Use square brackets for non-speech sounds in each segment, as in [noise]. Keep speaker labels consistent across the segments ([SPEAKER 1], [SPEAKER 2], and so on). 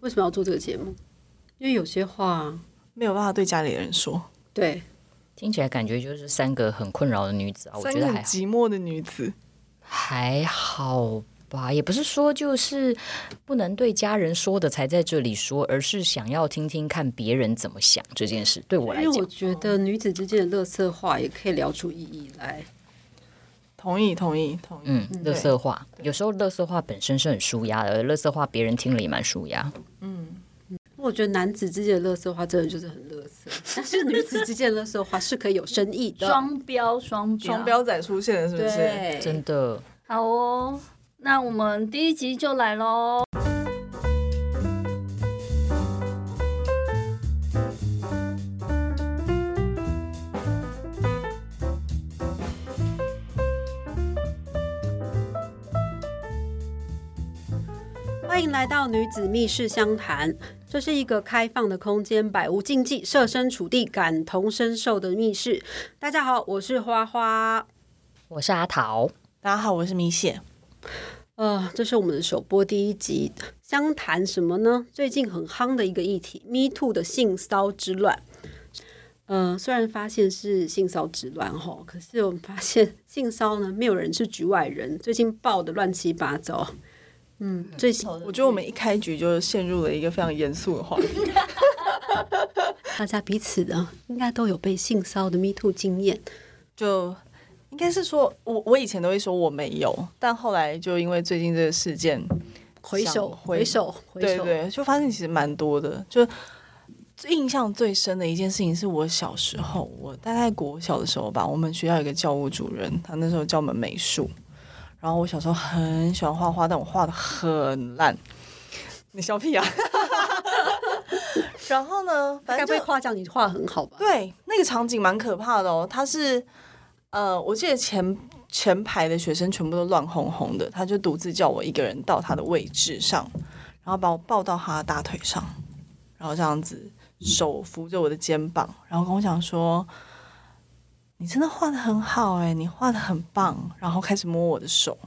[SPEAKER 1] 为什么要做这个节目？因为有些话，
[SPEAKER 2] 没有办法对家里人说。
[SPEAKER 1] 对，
[SPEAKER 3] 听起来感觉就是三个很困扰的女子啊，我
[SPEAKER 2] 三个
[SPEAKER 3] 觉得
[SPEAKER 2] 很
[SPEAKER 3] 还好
[SPEAKER 2] 寂寞的女子，
[SPEAKER 3] 还好吧，也不是说就是不能对家人说的才在这里说，而是想要听听看别人怎么想这件事。对我来
[SPEAKER 1] 因为我
[SPEAKER 3] 讲，
[SPEAKER 1] 觉得女子之间的垃圾话也可以聊出意义来。
[SPEAKER 2] 同意，同意，同意。
[SPEAKER 3] 嗯，
[SPEAKER 2] 对
[SPEAKER 3] 乐色话有时候乐色话本身是很舒压的，乐色话别人听了也蛮舒压。
[SPEAKER 2] 嗯
[SPEAKER 1] 我觉得男子之间的垃圾话真的就是很垃 [laughs] 圾，但是女子之间的垃圾话是可以有深意的。
[SPEAKER 4] 双标，双标，
[SPEAKER 2] 双。标仔出现了，是不是？
[SPEAKER 1] 对，
[SPEAKER 3] 真的，
[SPEAKER 4] 好哦，那我们第一集就来喽。
[SPEAKER 1] 欢迎来到女子密室相谈，这是一个开放的空间，百无禁忌，设身处地，感同身受的密室。大家好，我是花花。
[SPEAKER 3] 我是阿桃，
[SPEAKER 2] 大家好，我是米雪。
[SPEAKER 1] 呃，这是我们的首播第一集，相谈什么呢？最近很夯的一个议题，Me Too 的性骚之乱。呃，虽然发现是性骚之乱哈，可是我们发现性骚呢，没有人是局外人，最近爆的乱七八糟。嗯，最近
[SPEAKER 2] 我觉得我们一开局就陷入了一个非常严肃的话题。
[SPEAKER 1] 大家彼此的应该都有被性骚的 Me Too 经验。
[SPEAKER 2] [laughs] 就应该是说，我我以前都会说我没有，但后来就因为最近这个事件，
[SPEAKER 1] 回首，
[SPEAKER 2] 想回
[SPEAKER 1] 回首，回
[SPEAKER 2] 对
[SPEAKER 1] 首，
[SPEAKER 2] 对，就发现其实蛮多的。就印象最深的一件事情是我小时候，我大概国小的时候吧，我们学校有一个教务主任，他那时候教我们美术，然后我小时候很喜欢画画，但我画的很烂。你笑屁啊！ [laughs] 然后呢，反
[SPEAKER 1] 该
[SPEAKER 2] 正
[SPEAKER 1] 不
[SPEAKER 2] 就
[SPEAKER 1] 会夸奖你画很好吧？
[SPEAKER 2] 对，那个场景蛮可怕的哦。他是呃，我记得前前排的学生全部都乱哄哄的，他就独自叫我一个人到他的位置上，然后把我抱到他的大腿上，然后这样子手扶着我的肩膀，然后跟我讲说。你真的画的很好哎、你画的很棒，然后开始摸我的手，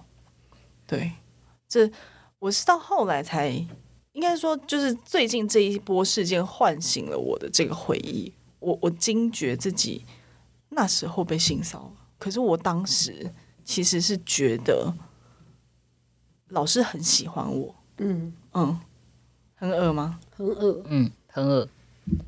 [SPEAKER 2] 对，这我是到后来才，应该说就是最近这一波事件唤醒了我的这个回忆，我我惊觉自己那时候被性骚扰，可是我当时其实是觉得老师很喜欢我，
[SPEAKER 1] 嗯，
[SPEAKER 2] 嗯，很恶吗？
[SPEAKER 1] 很恶，
[SPEAKER 3] 嗯，很恶。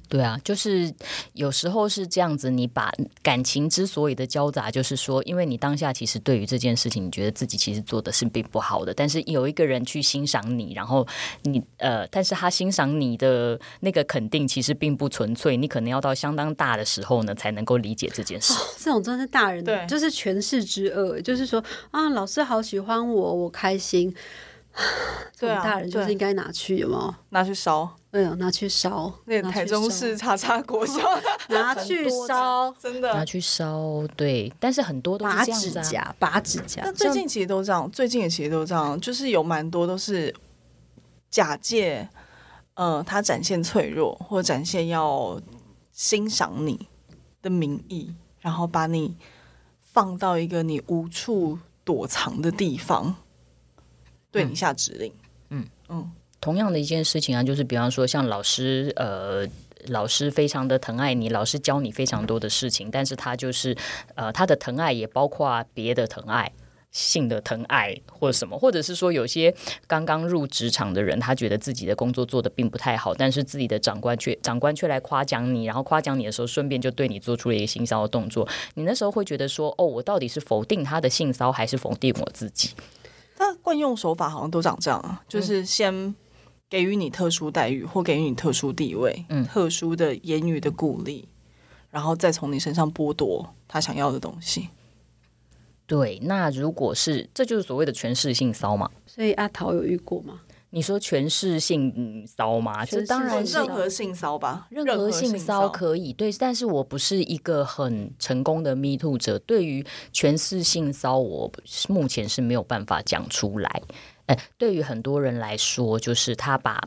[SPEAKER 3] 对啊，就是有时候是这样子，你把感情之所以的交杂，就是说，因为你当下其实对于这件事情，你觉得自己其实做的是并不好的，但是有一个人去欣赏你，然后你呃，但是他欣赏你的那个肯定其实并不纯粹，你可能要到相当大的时候呢，才能够理解这件事。
[SPEAKER 1] 这种真是大人
[SPEAKER 2] 对
[SPEAKER 1] 就是权势之恶，就是说啊，老师好喜欢我，我开心。这
[SPEAKER 2] 啊
[SPEAKER 1] 种大人就是应该拿去有没有？
[SPEAKER 2] 拿去烧，
[SPEAKER 1] 哎呀，拿去烧，
[SPEAKER 2] 那
[SPEAKER 1] 拿去
[SPEAKER 2] 台中
[SPEAKER 1] 烧
[SPEAKER 2] 市叉叉国小 [laughs]
[SPEAKER 1] 拿去烧，
[SPEAKER 2] 真
[SPEAKER 3] 拿
[SPEAKER 2] 的。
[SPEAKER 3] 去烧，对，但是很多都是
[SPEAKER 1] 拔
[SPEAKER 3] 这样
[SPEAKER 1] 指
[SPEAKER 3] 子、啊。
[SPEAKER 1] 甲，拔指甲
[SPEAKER 2] 但。最近其实都这样，最近也其实都这样，就是有蛮多都是假借呃他展现脆弱或展现要欣赏你的名义，然后把你放到一个你无处躲藏的地方，对你下指令。
[SPEAKER 3] 嗯
[SPEAKER 2] 嗯，
[SPEAKER 3] 同样的一件事情啊，就是比方说像老师，呃，老师非常的疼爱你，老师教你非常多的事情，但是他就是，呃，他的疼爱也包括别的疼爱。性的疼爱或者什么，或者是说有些刚刚入职场的人，他觉得自己的工作做得并不太好，但是自己的长官却长官却来夸奖你，然后夸奖你的时候，顺便就对你做出了一个性骚扰动作。你那时候会觉得说，哦，我到底是否定他的性骚扰，还是否定我自己？
[SPEAKER 2] 他惯用手法好像都长这样啊，就是先给予你特殊待遇或给予你特殊地位、
[SPEAKER 3] 嗯
[SPEAKER 2] 特殊的言语的鼓励，然后再从你身上剥夺他想要的东西。
[SPEAKER 3] 对，那如果是这就是所谓的权势性骚嘛，
[SPEAKER 1] 所以阿桃有遇过吗？
[SPEAKER 3] 你说权势性嗯骚吗？
[SPEAKER 1] 权
[SPEAKER 3] 这
[SPEAKER 1] 势
[SPEAKER 3] 当
[SPEAKER 1] 性
[SPEAKER 3] 然是
[SPEAKER 1] 骚
[SPEAKER 2] 任何性骚吧，
[SPEAKER 3] 任何性骚可以对，但是我不是一个很成功的 Me Too 者。对于权势性骚，我不是目前呃是没有办法讲出来。哎，对于很多人来说，就是他把。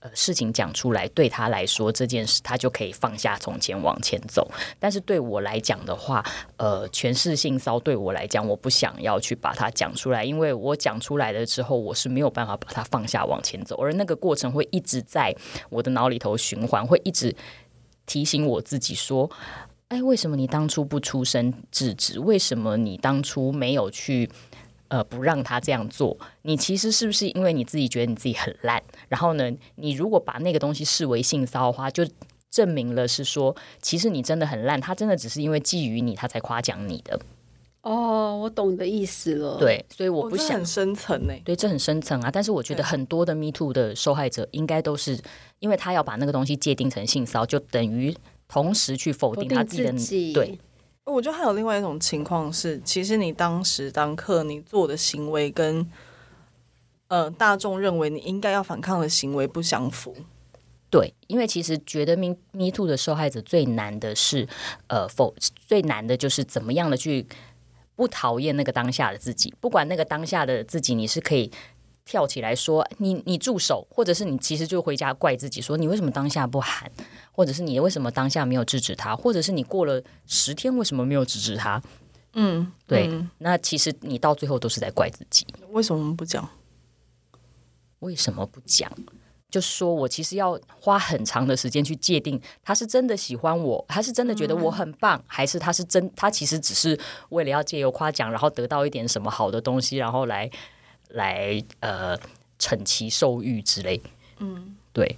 [SPEAKER 3] 呃事情讲出来，对他来说这件事他就可以放下从前往前走。但是对我来讲的话，呃，全是性骚对我来讲，我不想要去把它讲出来，因为我讲出来了之后，我是没有办法把它放下往前走，而那个过程会一直在我的脑里头循环，会一直提醒我自己说。哎，为什么你当初不出声制止？为什么你当初没有去呃不让他这样做？你其实是不是因为你自己觉得你自己很烂？然后呢，你如果把那个东西视为性骚扰的话，就证明了是说，其实你真的很烂，他真的只是因为觊觎你，他才夸奖你的。
[SPEAKER 1] 哦，我懂你的意思了。，
[SPEAKER 3] 对，所以
[SPEAKER 2] 哦
[SPEAKER 3] 我不
[SPEAKER 2] 这
[SPEAKER 3] 想
[SPEAKER 2] 很深层欸呢、
[SPEAKER 3] 对，这很深层啊。但是我觉得
[SPEAKER 2] 对
[SPEAKER 3] 很多的 Me Too 的受害者，应该都是因为他要把那个东西界定成性骚扰，就等于同时去否
[SPEAKER 1] 否
[SPEAKER 3] 定他
[SPEAKER 1] 定
[SPEAKER 3] 自己的
[SPEAKER 1] 自己。
[SPEAKER 3] 对，
[SPEAKER 2] 我觉得还有另外一种情况是，其实你当时当刻你做的行为跟呃大众认为你应该要反抗的行为不相符。
[SPEAKER 3] 对，因为其实觉得 Me Me Too 的受害者最难的是，呃，否最难的就是怎么样的去不讨厌那个当下的自己，不管那个当下的自己，你是可以。跳起来说你你住手，或者是你其实就回家怪自己说你为什么当下不喊，或者是你为什么当下没有制止他，或者是你过了十天为什么没有制止他？
[SPEAKER 2] 嗯，
[SPEAKER 3] 对，
[SPEAKER 2] 嗯
[SPEAKER 3] 那其实你到最后都是在怪自己。
[SPEAKER 2] 为什么我们不讲？
[SPEAKER 3] 为什么不讲？就是说我其实要花很长的时间去界定，他是真的喜欢我，他是真的觉得我很棒，还是他是真他其实只是为了要借由夸奖，然后得到一点什么好的东西，然后来来呃逞其兽欲之类。
[SPEAKER 2] 嗯，
[SPEAKER 3] 对，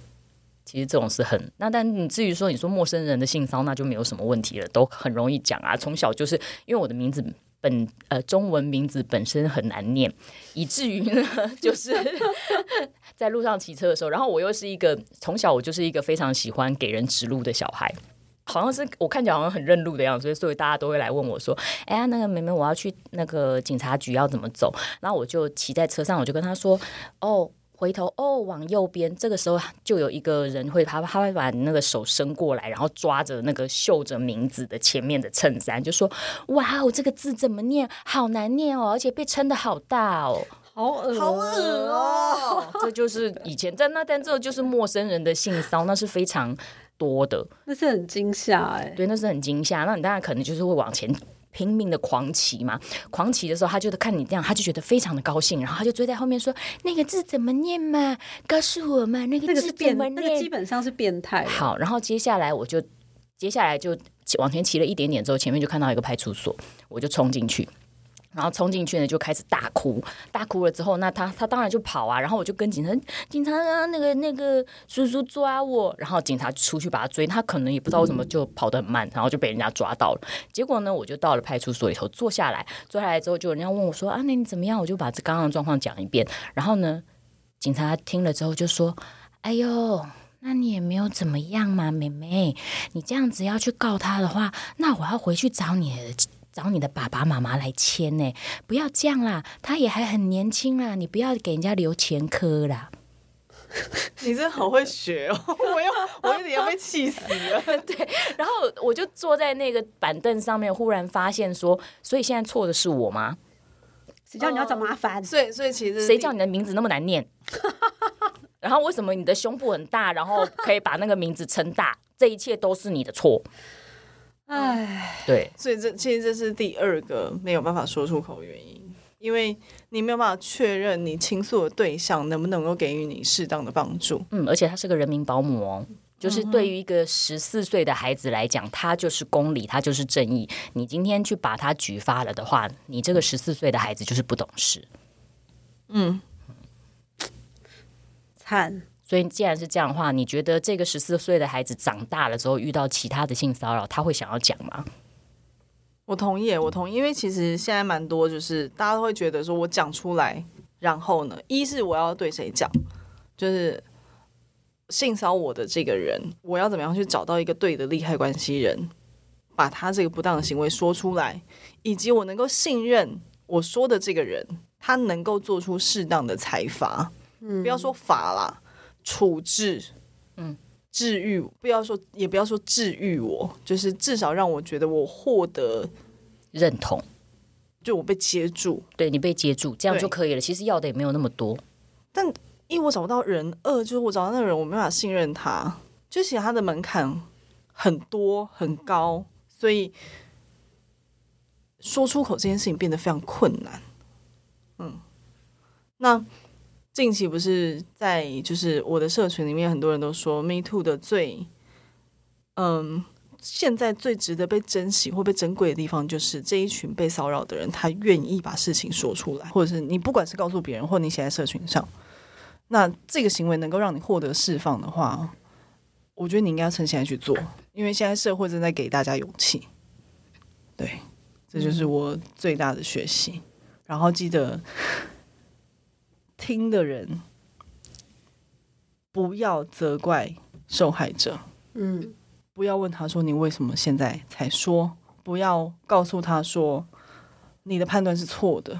[SPEAKER 3] 其实这种是很那，但你至于说你说陌生人的性骚，那就没有什么问题了，都很容易讲啊。从小就是因为我的名字本呃中文名字本身很难念，以至于呢，就是在路上骑车的时候，然后我又是一个从小我就是一个非常喜欢给人指路的小孩。好像是我看起来好像很认路的样子，所以所以大家都会来问我说：“哎呀，那个妹妹，我要去那个警察局，要怎么走？”然后我就骑在车上，我就跟她说：“哦，回头哦，往右边。这个时候就有一个人会他他会把你那个手伸过来，然后抓着那个绣着名字的前面的衬衫，就说：“哇哦，这个字怎么念？好难念哦，而且被撑的好大哦。”
[SPEAKER 1] 好恶，
[SPEAKER 2] 好
[SPEAKER 1] [laughs]
[SPEAKER 2] 恶哦！
[SPEAKER 3] 这就是以前但那但这就是陌生人的性骚，那是非常多的，
[SPEAKER 1] 那是很惊吓哎。
[SPEAKER 3] 对，那是很惊吓。那你当然可能就是会往前。拼命的狂骑嘛，狂骑的时候，他就看你这样，他就觉得非常的高兴，然后他就追在后面说：“那个字怎么念嘛？告诉我嘛，那
[SPEAKER 1] 那
[SPEAKER 3] 个
[SPEAKER 1] 个
[SPEAKER 3] 字
[SPEAKER 1] 是
[SPEAKER 3] 怎
[SPEAKER 1] 变，
[SPEAKER 3] 么
[SPEAKER 1] 那
[SPEAKER 3] 念？”
[SPEAKER 1] 个基本上是变态。，
[SPEAKER 3] 好，然后接下来我就接下来就骑往前骑了一点点之后，前面就看到一个派出所，我就冲进去。然后冲进去呢，就开始大哭，大哭了之后，那他他当然就跑啊，然后我就跟警察，警察啊，那个那个叔叔抓我，然后警察出去把他追，他可能也不知道为什么就跑得很慢，然后就被人家抓到了。结果呢，我就到了派出所里头坐下来，坐下来之后，就人家问我说啊，那你怎么样？我就把这刚刚的状况讲一遍，然后呢，警察听了之后就说，哎呦，那你也没有怎么样嘛，妹妹。你这样子要去告他的话，那我要回去找你的找你的爸爸妈妈来签呢。不要这样啦，他也还很年轻啦，你不要给人家留前科啦。
[SPEAKER 2] 你真的好会学哦！ [laughs] 我要，我有点要被气死了。
[SPEAKER 3] [laughs] 然后我就坐在那个板凳上面，忽然发现说，所以现在错的是我吗？
[SPEAKER 1] 谁叫你
[SPEAKER 2] 哦
[SPEAKER 1] 要找麻烦？
[SPEAKER 2] [laughs] 所以，所以其实
[SPEAKER 3] 谁叫你的名字那么难念？ [laughs] 然后为什么你的胸部很大，然后可以把那个名字撑大？这一切都是你的错。
[SPEAKER 1] 哎，
[SPEAKER 3] 对，
[SPEAKER 2] 所以这其实这是第二个没有办法说出口的原因，因为你没有办法确认你倾诉的对象能不能够给予你适当的帮助。
[SPEAKER 3] 嗯，而且她是个人民保姆哦。就是对于一个十四岁的孩子来讲，他就是公理，他就是正义。你今天去把他举发了的话，你这个十四岁的孩子就是不懂事。
[SPEAKER 2] 嗯，
[SPEAKER 1] 惨。
[SPEAKER 3] 所以，既然是这样的话，你觉得这个十四岁的孩子长大了之后遇到其他的性骚扰，他会想要讲吗？
[SPEAKER 2] 我同意，我同意，因为其实现在蛮多就是大家都会觉得说我讲出来，然后呢，一是我要对谁讲，就是性骚扰我的这个人，我要怎么样去找到一个对的利害关系人，把他这个不当的行为说出来，以及我能够信任我说的这个人，他能够做出适当的裁罚，不要说罚啦，处置，
[SPEAKER 3] 嗯。
[SPEAKER 2] 治愈，不要说，也不要说治愈我，就是至少让我觉得我获得
[SPEAKER 3] 认同，
[SPEAKER 2] 就我被接住。
[SPEAKER 3] 对你被接住，这样
[SPEAKER 2] 对
[SPEAKER 3] 就可以了。其实要的也没有那么多。
[SPEAKER 2] 一我找不到人，二就是我找到那个人我没办法信任他，就其实他的门槛很多很高，所以说出口这件事情变得非常困难。嗯，那近期不是在就是我的社群里面，很多人都说 Me Too 的最，嗯，现在最值得被珍惜或被珍贵的地方，就是这一群被骚扰的人，他愿意把事情说出来，或者是你不管是告诉别人，或你写在社群上，那这个行为能够让你获得释放的话，我觉得你应该趁现在去做，因为现在社会正在给大家勇气。对，这就是我最大的学习。然后记得听的人不要责怪受害者，
[SPEAKER 1] 嗯，
[SPEAKER 2] 不要问他说你为什么现在才说，不要告诉他说你的判断是错的，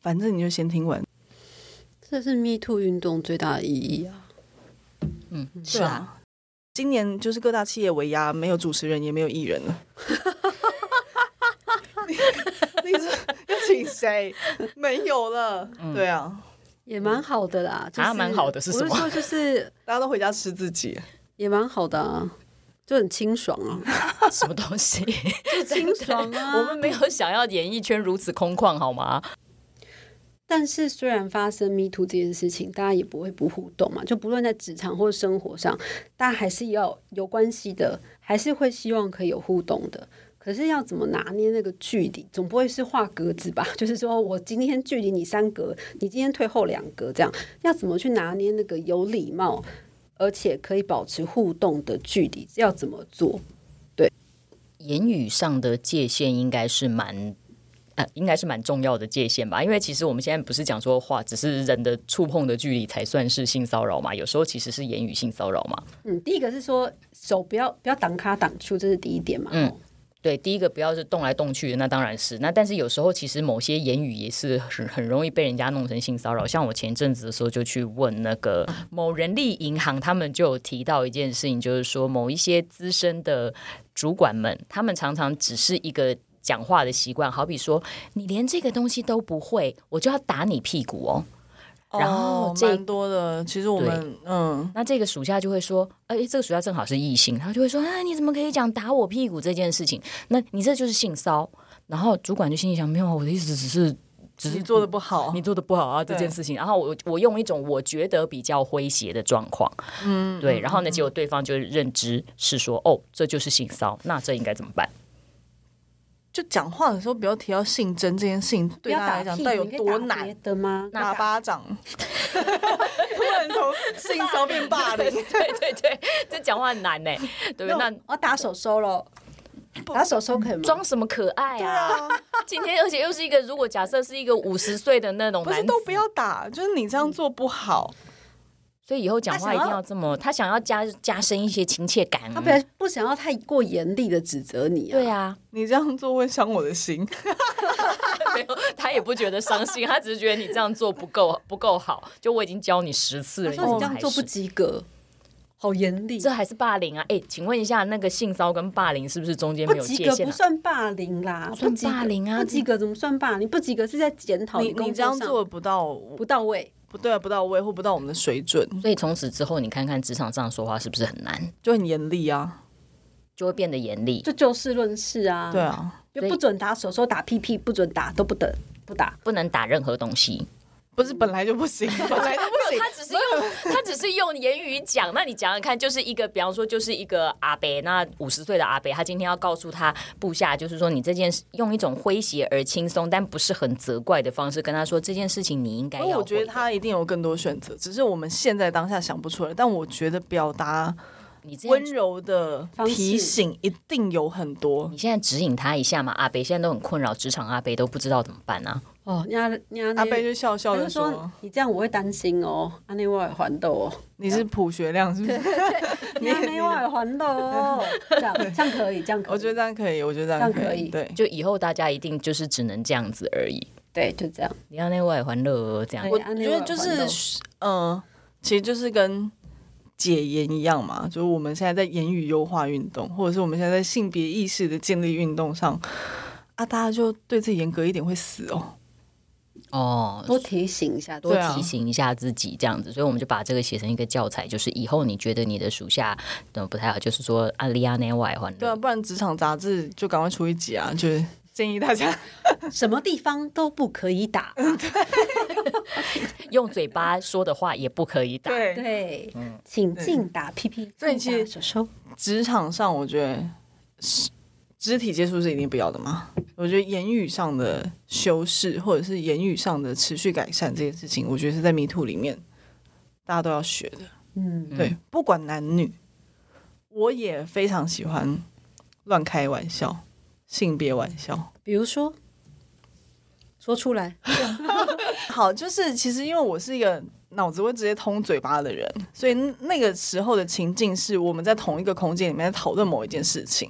[SPEAKER 2] 反正你就先听完。
[SPEAKER 1] 这是 Me Too 运动最大的意义啊。
[SPEAKER 3] 嗯，
[SPEAKER 2] 对
[SPEAKER 3] 是啊，，
[SPEAKER 2] 今年就是各大企业为压，没有主持人也没有艺人了。你你说要请谁？没有了。对啊，
[SPEAKER 1] 也蛮啊好的啦，就是、
[SPEAKER 3] 蛮好的是什么
[SPEAKER 1] 我是说，就是
[SPEAKER 2] 大家都回家吃自己。
[SPEAKER 1] 也蛮好的啊，就很清爽
[SPEAKER 3] [laughs]
[SPEAKER 1] 啊，
[SPEAKER 3] 什么东西？ [laughs]
[SPEAKER 1] 就清爽啊。
[SPEAKER 3] 我们没有想要演艺圈如此空旷，好吗？
[SPEAKER 1] 但是虽然发生 Me Too 这件事情，大家也不会不互动嘛，就不论在职场或生活上，大家还是要有关系的，还是会希望可以有互动的。可是要怎么拿捏那个距离，总不会是画格子吧？ [laughs] 就是说我今天距离你三格，你今天退后两格，这样要怎么去拿捏那个有礼貌，而且可以保持互动的距离，要怎么做？
[SPEAKER 3] 言语上的界限应该是蛮。呃，应该是蛮重要的界限吧，因为其实我们现在不是讲说话，只是人的触碰的距离才算是性骚扰嘛，有时候其实是言语性骚扰嘛。
[SPEAKER 1] 嗯，第一个是说手不要不要挡卡挡住，这是第一点嘛。哦
[SPEAKER 3] 嗯对，第一个不要是动来动去的，那当然是。那但是有时候其实某些言语也是很很容易被人家弄成性骚扰。像我前阵子的时候就去问那个某人力银行，他们就有提到一件事情，就是说某一些资深的主管们，他们常常只是一个。讲话的习惯，好比说你连这个东西都不会，我就要打你屁股哦。然后
[SPEAKER 2] 哦
[SPEAKER 3] 这
[SPEAKER 2] 蛮多的，其实我们嗯，
[SPEAKER 3] 那这个属下就会说，哎、这个属下正好是异性，他就会说，啊，你怎么可以讲打我屁股这件事情？那你这就是性骚。然后主管就心里想，没有啊，我的意思只是，只
[SPEAKER 2] 你
[SPEAKER 3] 是
[SPEAKER 2] 做的不好，
[SPEAKER 3] 你做的不好啊这件事情。然后我我用一种我觉得比较诙谐的状况，嗯，对。然后呢，结果对方就认知是说，哦，这就是性骚，那这应该怎么办？ [laughs]
[SPEAKER 2] 就讲话的时候不要提到性征这件事情，
[SPEAKER 1] 不
[SPEAKER 2] 对
[SPEAKER 1] 要
[SPEAKER 2] 他
[SPEAKER 1] 打
[SPEAKER 2] 来
[SPEAKER 1] 屁
[SPEAKER 2] 讲
[SPEAKER 1] 股，
[SPEAKER 2] 到底有
[SPEAKER 1] 你可以
[SPEAKER 2] 多
[SPEAKER 1] 打
[SPEAKER 2] 难
[SPEAKER 1] 别？的吗？
[SPEAKER 2] 打巴掌，突然从性骚变霸凌，
[SPEAKER 3] 对对对，这讲话很难呢、对不对？那
[SPEAKER 1] 我打手收喽，打手收可以吗？
[SPEAKER 3] 装什么可爱
[SPEAKER 2] [laughs]
[SPEAKER 3] 啊？今天而且又是一个，如果假设是一个五十岁的那种
[SPEAKER 2] 不
[SPEAKER 3] 男
[SPEAKER 2] 是
[SPEAKER 3] 子
[SPEAKER 2] 都不要打，就是你这样做不好。
[SPEAKER 3] 所以以后讲话一定要这么，他想要加加深一些亲切感。
[SPEAKER 1] 他不要不想要太过严厉的指责你啊。
[SPEAKER 3] 对啊，
[SPEAKER 2] 你这样做会伤我的心，
[SPEAKER 3] [laughs] 没有，他也不觉得伤心，他只是觉得你这样做不够不够好。就我已经教你十次了，
[SPEAKER 1] 他说你这
[SPEAKER 3] 怎
[SPEAKER 1] 样
[SPEAKER 3] 么还
[SPEAKER 1] 做不
[SPEAKER 3] 是
[SPEAKER 1] 及格，好严厉
[SPEAKER 3] 这，还是霸凌啊？哎，请问一下，那个性骚跟霸凌是不是中间
[SPEAKER 1] 不
[SPEAKER 3] 没有
[SPEAKER 1] 及
[SPEAKER 3] 界
[SPEAKER 1] 格
[SPEAKER 3] 限
[SPEAKER 1] 不
[SPEAKER 3] 啊？
[SPEAKER 1] 算霸凌啦，
[SPEAKER 3] 算
[SPEAKER 1] 不及格
[SPEAKER 3] 霸凌啊
[SPEAKER 1] 不及格怎么算霸凌？不及格是在检讨
[SPEAKER 2] 你
[SPEAKER 1] 工
[SPEAKER 2] 你
[SPEAKER 1] 作
[SPEAKER 2] 这样
[SPEAKER 1] 上
[SPEAKER 2] 做不到，
[SPEAKER 1] 不嗯到位。
[SPEAKER 2] 不对，啊不到位或不到我们的水准，
[SPEAKER 3] 所以从此之后，你看看职场上说话是不是很难，
[SPEAKER 2] 就很严厉啊。
[SPEAKER 3] 就会变得严厉，
[SPEAKER 1] 就就事论事啊，
[SPEAKER 2] 对，啊，
[SPEAKER 1] 就
[SPEAKER 3] 所以
[SPEAKER 1] 不准打手收，打屁屁，不准打，都不得不打。
[SPEAKER 3] 不能打任何东西。
[SPEAKER 2] 不
[SPEAKER 1] 嗯
[SPEAKER 2] 是本来就
[SPEAKER 1] [laughs]
[SPEAKER 2] 不行，本来就不行。
[SPEAKER 3] 他只是用 [laughs] 他只是用言语讲，那你讲讲看，就是一个，比方说，就是一个阿伯，那五十岁的阿伯，他今天要告诉他部下，就是说，你这件事用一种诙谐而轻松，但不是很责怪的方式跟他说，这件事情你应该
[SPEAKER 2] 因为
[SPEAKER 3] 要。
[SPEAKER 2] 我觉得，他一定有更多选择，只是我们现在当下想不出来。但我觉得表达
[SPEAKER 3] 你这
[SPEAKER 2] 温
[SPEAKER 3] 样，
[SPEAKER 2] 柔的提醒一定有很多。
[SPEAKER 3] 你现在指引他一下嘛，阿伯现在都很困扰，职场阿伯都不知道怎么办啊。
[SPEAKER 1] 哦，人家人家
[SPEAKER 2] 阿贝就笑笑
[SPEAKER 1] 他就
[SPEAKER 2] 的
[SPEAKER 1] 说
[SPEAKER 2] 说
[SPEAKER 1] 你这样我会担心哦，阿内我也还斗哦，：“啊
[SPEAKER 2] 你是朴学亮是不是
[SPEAKER 1] 你阿内我也还斗哦，这样这样可以，这样？”可以。
[SPEAKER 2] 我觉得这样可以，我觉得这样
[SPEAKER 1] 这样可
[SPEAKER 2] 可
[SPEAKER 1] 以
[SPEAKER 2] 以。对，
[SPEAKER 3] 就以后大家一定就是只能这样子而已。
[SPEAKER 1] 对，就这样。
[SPEAKER 3] 你要内外欢乐哦这样
[SPEAKER 1] 对，
[SPEAKER 2] 我
[SPEAKER 1] 安
[SPEAKER 2] 觉
[SPEAKER 1] 内
[SPEAKER 2] 得
[SPEAKER 1] 瓦
[SPEAKER 2] 就
[SPEAKER 1] 环斗
[SPEAKER 2] 是，嗯，其实就是跟解严一样嘛，就是我们现在在言语优化运动，或者是我们现在在性别意识的建立运动上，啊，大家就对自己严格一点会死哦。
[SPEAKER 3] 哦，
[SPEAKER 1] 多提醒一下，
[SPEAKER 3] 多
[SPEAKER 1] 多
[SPEAKER 2] 对啊
[SPEAKER 3] 提醒一下自己这样子，所以我们就把这个写成一个教材，就是以后你觉得你的属下嗯不太好，就是说阿利亚内外环
[SPEAKER 2] 对啊，不然职场杂志就赶快出一集啊，就是建议大家
[SPEAKER 1] 什么地方都不可以打。
[SPEAKER 3] 用嘴巴说的话也不可以打。
[SPEAKER 1] [laughs]
[SPEAKER 2] 对
[SPEAKER 1] 对，请尽打屁屁，
[SPEAKER 2] 所以
[SPEAKER 1] 禁
[SPEAKER 2] 其
[SPEAKER 1] 打
[SPEAKER 2] 实
[SPEAKER 1] 手手。
[SPEAKER 2] 职场上，我觉得是肢体接触是一定不要的嘛。我觉得言语上的修饰或者是言语上的持续改善这件事情，我觉得是在 Me Too 里面大家都要学的。
[SPEAKER 1] 嗯，
[SPEAKER 2] 对，不管男女，我也非常喜欢乱开玩笑、性别玩笑。
[SPEAKER 1] 比如说，说出来，
[SPEAKER 2] 好，就是其实因为我是一个脑子会直接通嘴巴的人，所以那个时候的情境是我们在同一个空间里面在讨论某一件事情，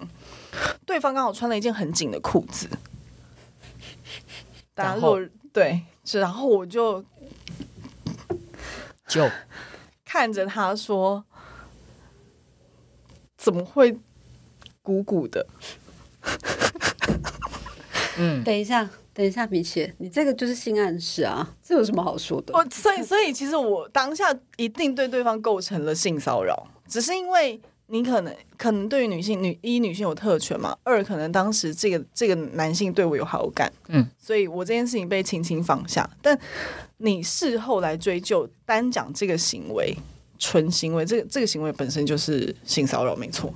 [SPEAKER 2] 对方刚好穿了一件很紧的裤子，大家
[SPEAKER 3] 然
[SPEAKER 2] 如
[SPEAKER 3] 后
[SPEAKER 2] 果对，是然后我就
[SPEAKER 3] 就
[SPEAKER 2] 看着他说：“怎么会鼓鼓的？”
[SPEAKER 3] 嗯，
[SPEAKER 1] 等一下，等一下，米雪，你这个就是性暗示啊，这有什么好说的？
[SPEAKER 2] 我哦所以所以其实我当下一定对对方构成了性骚扰，只是因为你可能可能对于女性女一女性有特权嘛，二可能当时这个这个男性对我有好感，
[SPEAKER 3] 嗯，
[SPEAKER 2] 所以我这件事情被轻轻放下。但你事后来追究，单讲这个行为，纯行为，这个这个行为本身就是性骚扰，没错。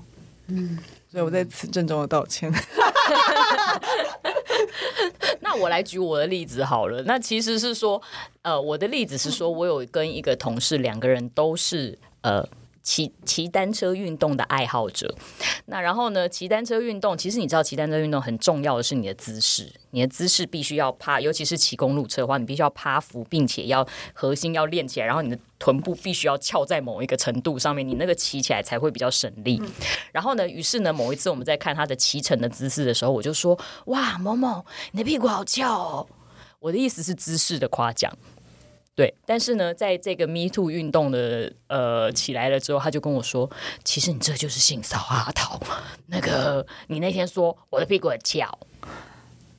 [SPEAKER 2] 嗯，所以我在此郑重的道歉。 [laughs]
[SPEAKER 3] 那我来举我的例子好了。那其实是说，呃，我的例子是说我有跟一个同事，两个人都是呃。骑骑单车运动的爱好者，那然后呢？骑单车运动，其实你知道，骑单车运动很重要的是你的姿势，你的姿势必须要趴，尤其是骑公路车的话，你必须要趴伏，并且要核心要练起来，然后你的臀部必须要翘在某一个程度上面，你那个骑起来才会比较省力。然后呢，于是呢，某一次我们在看他的骑乘的姿势的时候，我就说：“哇，某某，你的屁股好翘哦。”我的意思是姿势的夸奖。对，但是呢，在这个 Me Too 运动的呃起来了之后，他就跟我说：“其实你这就是性骚阿桃，那个你那天说我的屁股很翘，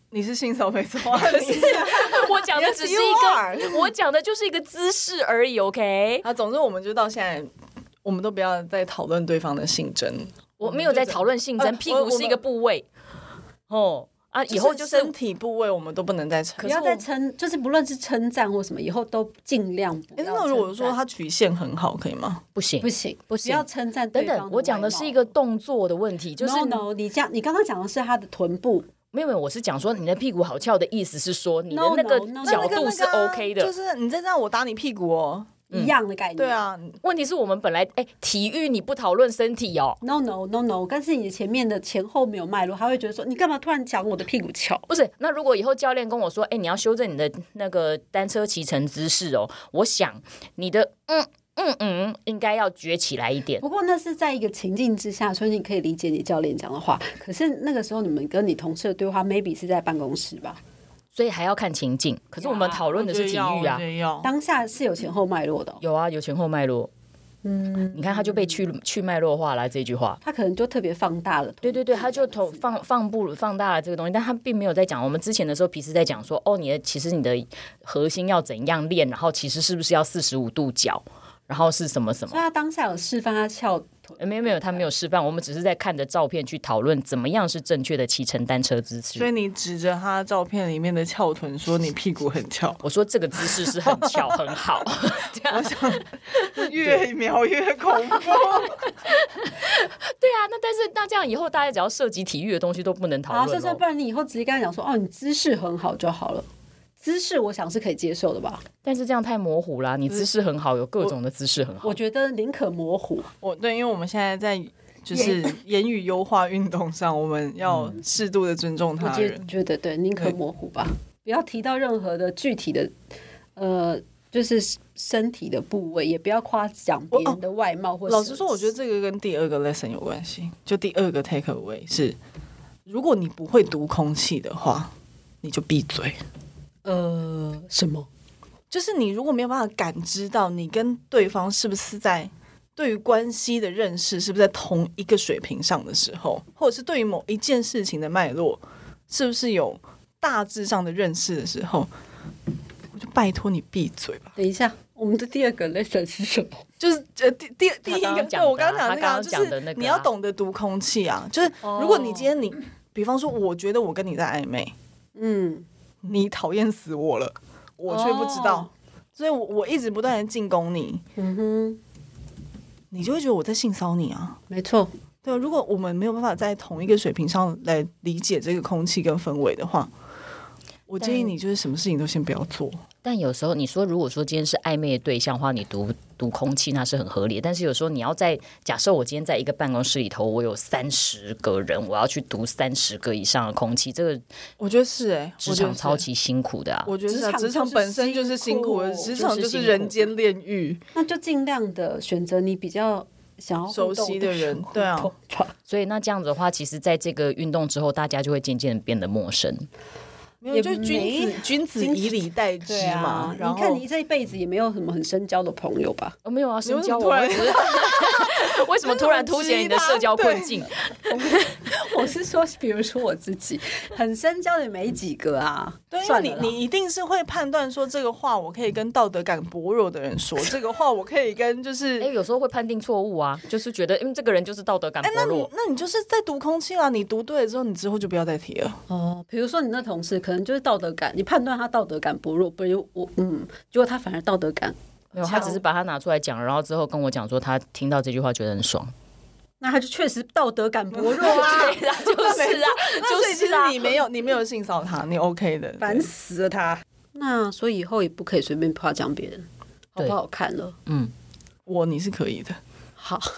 [SPEAKER 2] 你是性骚扰没错啊，你是
[SPEAKER 3] [laughs] 我讲的只是一
[SPEAKER 2] [laughs] Yes,
[SPEAKER 3] 个，我讲的就是一个姿势而已，OK？
[SPEAKER 2] 啊，总之我们就到现在，我们都不要再讨论对方的性征。
[SPEAKER 3] 我没有在讨论性
[SPEAKER 2] 呃
[SPEAKER 3] 征，屁
[SPEAKER 2] 我
[SPEAKER 3] 股
[SPEAKER 2] 我
[SPEAKER 3] 是一个
[SPEAKER 2] 们
[SPEAKER 3] 部位，哦啊，以后就是
[SPEAKER 2] 身体部位我们都不能再称。
[SPEAKER 1] 不
[SPEAKER 2] 可是
[SPEAKER 1] 要再称，就是不论是称赞或什么，以后都尽量不
[SPEAKER 2] 诶
[SPEAKER 1] 要称赞。
[SPEAKER 2] 哎那如果说他曲线很好，可以吗？
[SPEAKER 3] 不行
[SPEAKER 1] 不。行，
[SPEAKER 3] 不
[SPEAKER 1] 不
[SPEAKER 3] 行
[SPEAKER 1] 要称赞
[SPEAKER 3] 等
[SPEAKER 1] 对方
[SPEAKER 3] 等，我讲的是一个动作的问题，就
[SPEAKER 1] 就是是 no，你这样，你刚刚讲的是他的臀部，
[SPEAKER 3] 没有没有，我是讲说你的屁股好翘的意思是说你的
[SPEAKER 1] No,
[SPEAKER 3] 那个
[SPEAKER 1] no, no, no.
[SPEAKER 3] 角
[SPEAKER 2] 那
[SPEAKER 3] 度
[SPEAKER 2] 个
[SPEAKER 3] 是
[SPEAKER 2] 那个啊
[SPEAKER 3] OK 的。
[SPEAKER 2] 就是你再这样，我打你屁股哦。
[SPEAKER 3] 嗯
[SPEAKER 1] 一样的概念。
[SPEAKER 2] 对啊，
[SPEAKER 3] 问题是我们本来哎，体育你不讨论身体哦，
[SPEAKER 1] ，no no no no，但是你的前面的前后没有脉络，他会觉得说你干嘛突然讲我的屁股翘？
[SPEAKER 3] 不是？那如果以后教练跟我说，哎，你要修正你的那个单车骑乘姿势哦，我想你的嗯嗯嗯应该要撅起来一点。
[SPEAKER 1] 不过那是在一个情境之下，所以你可以理解你教练讲的话。可是那个时候你们跟你同事的对话，maybe 是在办公室吧？所
[SPEAKER 3] 所以还要看情
[SPEAKER 2] 啊
[SPEAKER 3] 境。可是我们讨论的是体育啊，
[SPEAKER 2] 要
[SPEAKER 1] 当下是有前后脉络的哦、
[SPEAKER 3] 有啊，有前后脉络。嗯，你看他就被去去脉络化了这句话。
[SPEAKER 1] 他可能就特别放大了。
[SPEAKER 3] 对对对，他就投放放不放大了这个东西，但他并没有在讲。我们之前的时候，皮斯在讲说，哦，你的其实你的核心要怎样练，然后其实是不是要四十五度角，然后是什么什
[SPEAKER 1] 所以
[SPEAKER 3] 么？
[SPEAKER 1] 他当下有示范他翘臀，
[SPEAKER 3] 呃没有没有，他没有示范，我们只是在看着照片去讨论怎么样是正确的骑乘单车姿
[SPEAKER 2] 所以
[SPEAKER 3] 势。
[SPEAKER 2] 你指着他照片里面的翘臀说你屁股很 [laughs] 翘，
[SPEAKER 3] 我说这个姿势是很巧，很好。 [laughs]
[SPEAKER 2] 越描越恐怖。 [laughs]
[SPEAKER 3] 对啊，那但是那这样以后大家只要涉及体育的东西都不能讨
[SPEAKER 1] 好，所以
[SPEAKER 3] 论哦咯。
[SPEAKER 1] 啊说不然你以后直接跟他讲说，哦，你姿势很好就好了。姿势我想是可以接受的吧？
[SPEAKER 3] 但是这样太模糊啦，你姿势很好，有各种的姿势很好
[SPEAKER 1] 我。觉得宁可模糊。
[SPEAKER 2] 我对，因为我们现在在就是言语优化运动上，我们要适度的尊重
[SPEAKER 1] 我
[SPEAKER 2] 他
[SPEAKER 1] 觉
[SPEAKER 2] 人。
[SPEAKER 1] 觉得对，宁可
[SPEAKER 2] 对
[SPEAKER 1] 模糊吧，不要提到任何的具体的，呃，就是身体的部位，也不要夸奖别人的外貌或
[SPEAKER 2] 哦老实说，我觉得
[SPEAKER 1] 得
[SPEAKER 2] 这个跟第二个 lesson 有关系。就第二个 take away 是，如果你不会读空气的话，你就闭嘴。
[SPEAKER 1] 呃什么
[SPEAKER 2] 就是你如果没有办法感知到你跟对方是不是在对于关系的认识是不是在同一个水平上的时候，或者是对于某一件事情的脉络是不是有大致上的认识的时候，我就拜托你闭嘴吧。
[SPEAKER 1] 等一下，我们的第二个 lesson 是什
[SPEAKER 2] [laughs]
[SPEAKER 1] 么？
[SPEAKER 2] 就是呃，第第第一
[SPEAKER 3] 他刚
[SPEAKER 2] 个，
[SPEAKER 3] 刚
[SPEAKER 2] 对
[SPEAKER 3] 讲的啊
[SPEAKER 2] 我刚刚讲的
[SPEAKER 3] 他刚
[SPEAKER 2] 那
[SPEAKER 3] 刚
[SPEAKER 2] 个啊，
[SPEAKER 3] 讲的
[SPEAKER 2] 就是
[SPEAKER 3] 那个啊哦
[SPEAKER 2] 你要懂得读空气啊。就是如果你今天你，比方说，我觉得我跟你在暧昧，
[SPEAKER 1] 嗯，
[SPEAKER 2] 你讨厌死我了，我却不知道，
[SPEAKER 1] 哦
[SPEAKER 2] 所以我我一直不断的进攻你，
[SPEAKER 1] 嗯哼，
[SPEAKER 2] 你就会觉得我在性骚你啊。
[SPEAKER 1] 没错，
[SPEAKER 2] 对，如果我们没有办法在同一个水平上来理解这个空气跟氛围的话，我建议
[SPEAKER 3] 但
[SPEAKER 2] 你就是什么事情都先不要做。
[SPEAKER 3] 但有时候你说，如果说今天是暧昧的对象的话，你读读空气那是很合理的。但是有时候你要在假设我今天在一个办公室里头，我有三十个人，我要去读三十个以上的空气，这个
[SPEAKER 2] 我觉得是哎、
[SPEAKER 3] 职场超级辛苦的啊。
[SPEAKER 2] 我觉得是啊，
[SPEAKER 1] 职场
[SPEAKER 2] 职场本身就
[SPEAKER 1] 就是是
[SPEAKER 2] 辛
[SPEAKER 1] 辛
[SPEAKER 2] 苦
[SPEAKER 1] 苦
[SPEAKER 2] 的，职场就
[SPEAKER 3] 就是是
[SPEAKER 2] 人间炼狱。
[SPEAKER 1] 那就尽量的选择你比较想要互
[SPEAKER 2] 熟
[SPEAKER 1] 动
[SPEAKER 2] 悉的人对啊
[SPEAKER 1] 互动
[SPEAKER 2] [laughs]
[SPEAKER 3] 所以那这样子的话，其实在这个运动之后，大家就会渐渐地变得陌生。
[SPEAKER 2] 没有，
[SPEAKER 1] 也
[SPEAKER 2] 就是 [laughs] 君
[SPEAKER 1] 没
[SPEAKER 2] 子君子
[SPEAKER 1] 君
[SPEAKER 2] 以
[SPEAKER 1] 子
[SPEAKER 2] 礼待之
[SPEAKER 1] 对
[SPEAKER 2] 嘛
[SPEAKER 1] 啊。，
[SPEAKER 2] 然
[SPEAKER 1] 你
[SPEAKER 2] 后
[SPEAKER 1] 看你这一辈子也没有什么很深交的朋友
[SPEAKER 2] [laughs]
[SPEAKER 1] 吧？
[SPEAKER 3] 哦，没有啊，
[SPEAKER 2] 你
[SPEAKER 3] 社
[SPEAKER 2] 为什
[SPEAKER 3] 交
[SPEAKER 2] 么
[SPEAKER 3] 我
[SPEAKER 2] 突
[SPEAKER 3] [laughs]
[SPEAKER 2] 然
[SPEAKER 3] 会为什么突然凸显你的社交困境？
[SPEAKER 1] 我是说，比如说我自己，很深交的也没几个啊。
[SPEAKER 2] 对，因为
[SPEAKER 1] 算
[SPEAKER 2] 你
[SPEAKER 1] 了啦
[SPEAKER 2] 你一定是会判断说这个话我可以跟道德感薄弱的人说，这个话我可以跟就是
[SPEAKER 3] [laughs] 哎、有时候会判定错误啊，就是觉得嗯，这个人就是道德感
[SPEAKER 2] 哎、
[SPEAKER 3] 薄
[SPEAKER 2] 那你
[SPEAKER 3] 弱。
[SPEAKER 2] 那你就是在读空气啊啦，你读对了之后，你之后就不要再提了。
[SPEAKER 1] 哦，比如说你那同事可能就是道德感，你判断他道德感薄弱，不如我嗯，结果他反而道德感，
[SPEAKER 3] 没有，他只是把它拿出来讲，然后之后跟我讲说他听到这句话觉得很爽。
[SPEAKER 1] 那他就确实道德感薄弱啊，
[SPEAKER 3] [laughs] 对
[SPEAKER 1] [laughs]
[SPEAKER 3] 啦，就是啊，
[SPEAKER 2] 那所以
[SPEAKER 3] 就
[SPEAKER 2] 其
[SPEAKER 3] 是
[SPEAKER 2] 实
[SPEAKER 3] 啊。
[SPEAKER 2] 你没有你没有性骚扰他，你 OK 的。
[SPEAKER 1] 烦死了他。那所以以后也不可以随便夸奖别人，好
[SPEAKER 3] 对
[SPEAKER 1] 不好看了？
[SPEAKER 3] 嗯，
[SPEAKER 2] 我你是可以的，
[SPEAKER 1] 好， [laughs]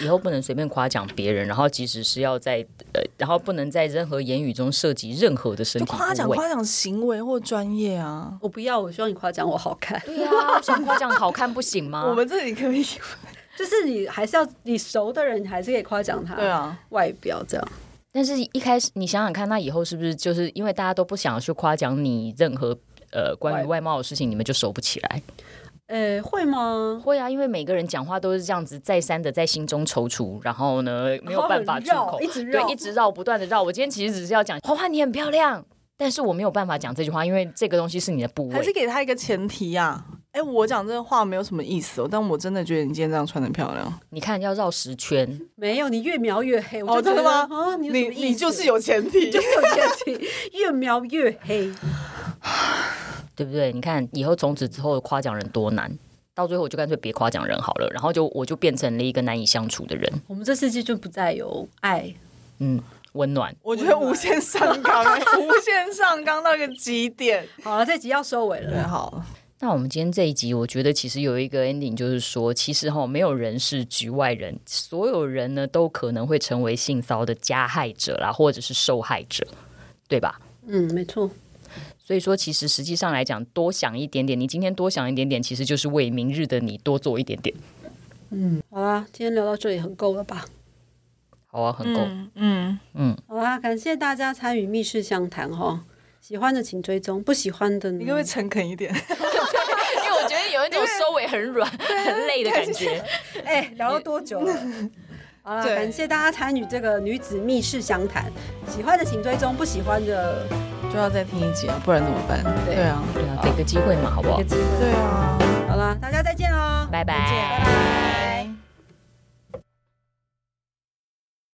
[SPEAKER 3] 以后不能随便夸奖别人，然后即使是要在呃，然后不能在任何言语中涉及任何的身
[SPEAKER 2] 就
[SPEAKER 3] 体
[SPEAKER 2] 夸奖
[SPEAKER 3] 部位。
[SPEAKER 2] 夸奖行为或专业啊。
[SPEAKER 1] 我不要，我希望你夸奖我好看， [laughs]
[SPEAKER 3] 对啊，想夸奖好看不行 [laughs] 吗？
[SPEAKER 2] 我们这里可以，
[SPEAKER 1] 就是你还是要你熟的人，你还是可以夸奖他，
[SPEAKER 2] 对，啊，
[SPEAKER 1] 外表这样。
[SPEAKER 3] 但是一开始你想想看，那以后是不是就是因为大家都不想去夸奖你任何呃关于外貌的事情，你们就熟不起来？
[SPEAKER 1] 呃，会吗？
[SPEAKER 3] 会啊，因为每个人讲话都是这样子，再三的在心中踌躇，然后呢没有办法出
[SPEAKER 1] 然后
[SPEAKER 3] 口 [laughs]
[SPEAKER 1] 很绕一，直
[SPEAKER 3] 对
[SPEAKER 1] 绕，
[SPEAKER 3] 一直绕，不断的绕。我今天其实只是要讲，花花你很漂亮，但是我没有办法讲这句话，因为这个东西是你的部
[SPEAKER 2] 还是
[SPEAKER 3] 位。
[SPEAKER 2] 给他一个前提啊。哎、我讲这个话没有什么意思哦，但我真的觉得你今天这样穿的漂亮。
[SPEAKER 3] 你看要绕十圈，
[SPEAKER 1] 没有，你越描越黑。我
[SPEAKER 2] 哦，
[SPEAKER 1] 就
[SPEAKER 2] 真的吗？
[SPEAKER 1] 觉得啊，你有
[SPEAKER 2] 你
[SPEAKER 1] 什么意思
[SPEAKER 2] 你就是有前提，
[SPEAKER 1] 就是有前提，越描越黑。
[SPEAKER 3] 对不对？你看以后从此之后夸奖人多难，到最后我就干脆别夸奖人好了，然后就我就变成了一个难以相处的人。
[SPEAKER 1] 我们这世界就不再有爱，
[SPEAKER 3] 嗯，温暖。
[SPEAKER 2] [laughs] 我觉得无限上 [laughs] 纲、哎无限上纲到一个极点。
[SPEAKER 1] 好了，这集要收尾
[SPEAKER 2] [laughs] 对，
[SPEAKER 1] 了。
[SPEAKER 2] 好，
[SPEAKER 3] 那我们今天这一集，我觉得其实有一个 ending，就是说，其实哈，没有人是局外人，所有人呢都可能会成为性骚扰的加害者啦，或者是受害者，对吧？
[SPEAKER 1] 嗯，没错，
[SPEAKER 3] 所以说，其实实际上来讲，多想一点点，你今天多想一点点，其实就是为明日的你多做一点点。
[SPEAKER 1] 好啦，今天聊到这里很够了吧？
[SPEAKER 3] 好啊，很够。
[SPEAKER 2] 嗯嗯，
[SPEAKER 1] 好啦，感谢大家参与密室相谈哈。喜欢的请追踪，不喜欢的
[SPEAKER 2] 你可不可
[SPEAKER 1] 呢
[SPEAKER 2] 以？诚恳一点？
[SPEAKER 3] 因为我觉得有一种收尾很软、很累的感觉。
[SPEAKER 1] 哎、聊了多久了？ [laughs] 好啦，
[SPEAKER 2] 对
[SPEAKER 1] 感谢大家参与这个女子密室相谈。喜欢的请追踪，不喜欢的
[SPEAKER 2] 就要再听一集啊，不然怎么办？
[SPEAKER 1] 对
[SPEAKER 2] 对啊，
[SPEAKER 3] 嗯对啊，给个机会嘛，好不好
[SPEAKER 1] 也？机会。
[SPEAKER 2] 对啊。
[SPEAKER 1] 好啦，大家再见喽，哦
[SPEAKER 3] 拜
[SPEAKER 1] 再见
[SPEAKER 3] 拜
[SPEAKER 1] 拜。拜。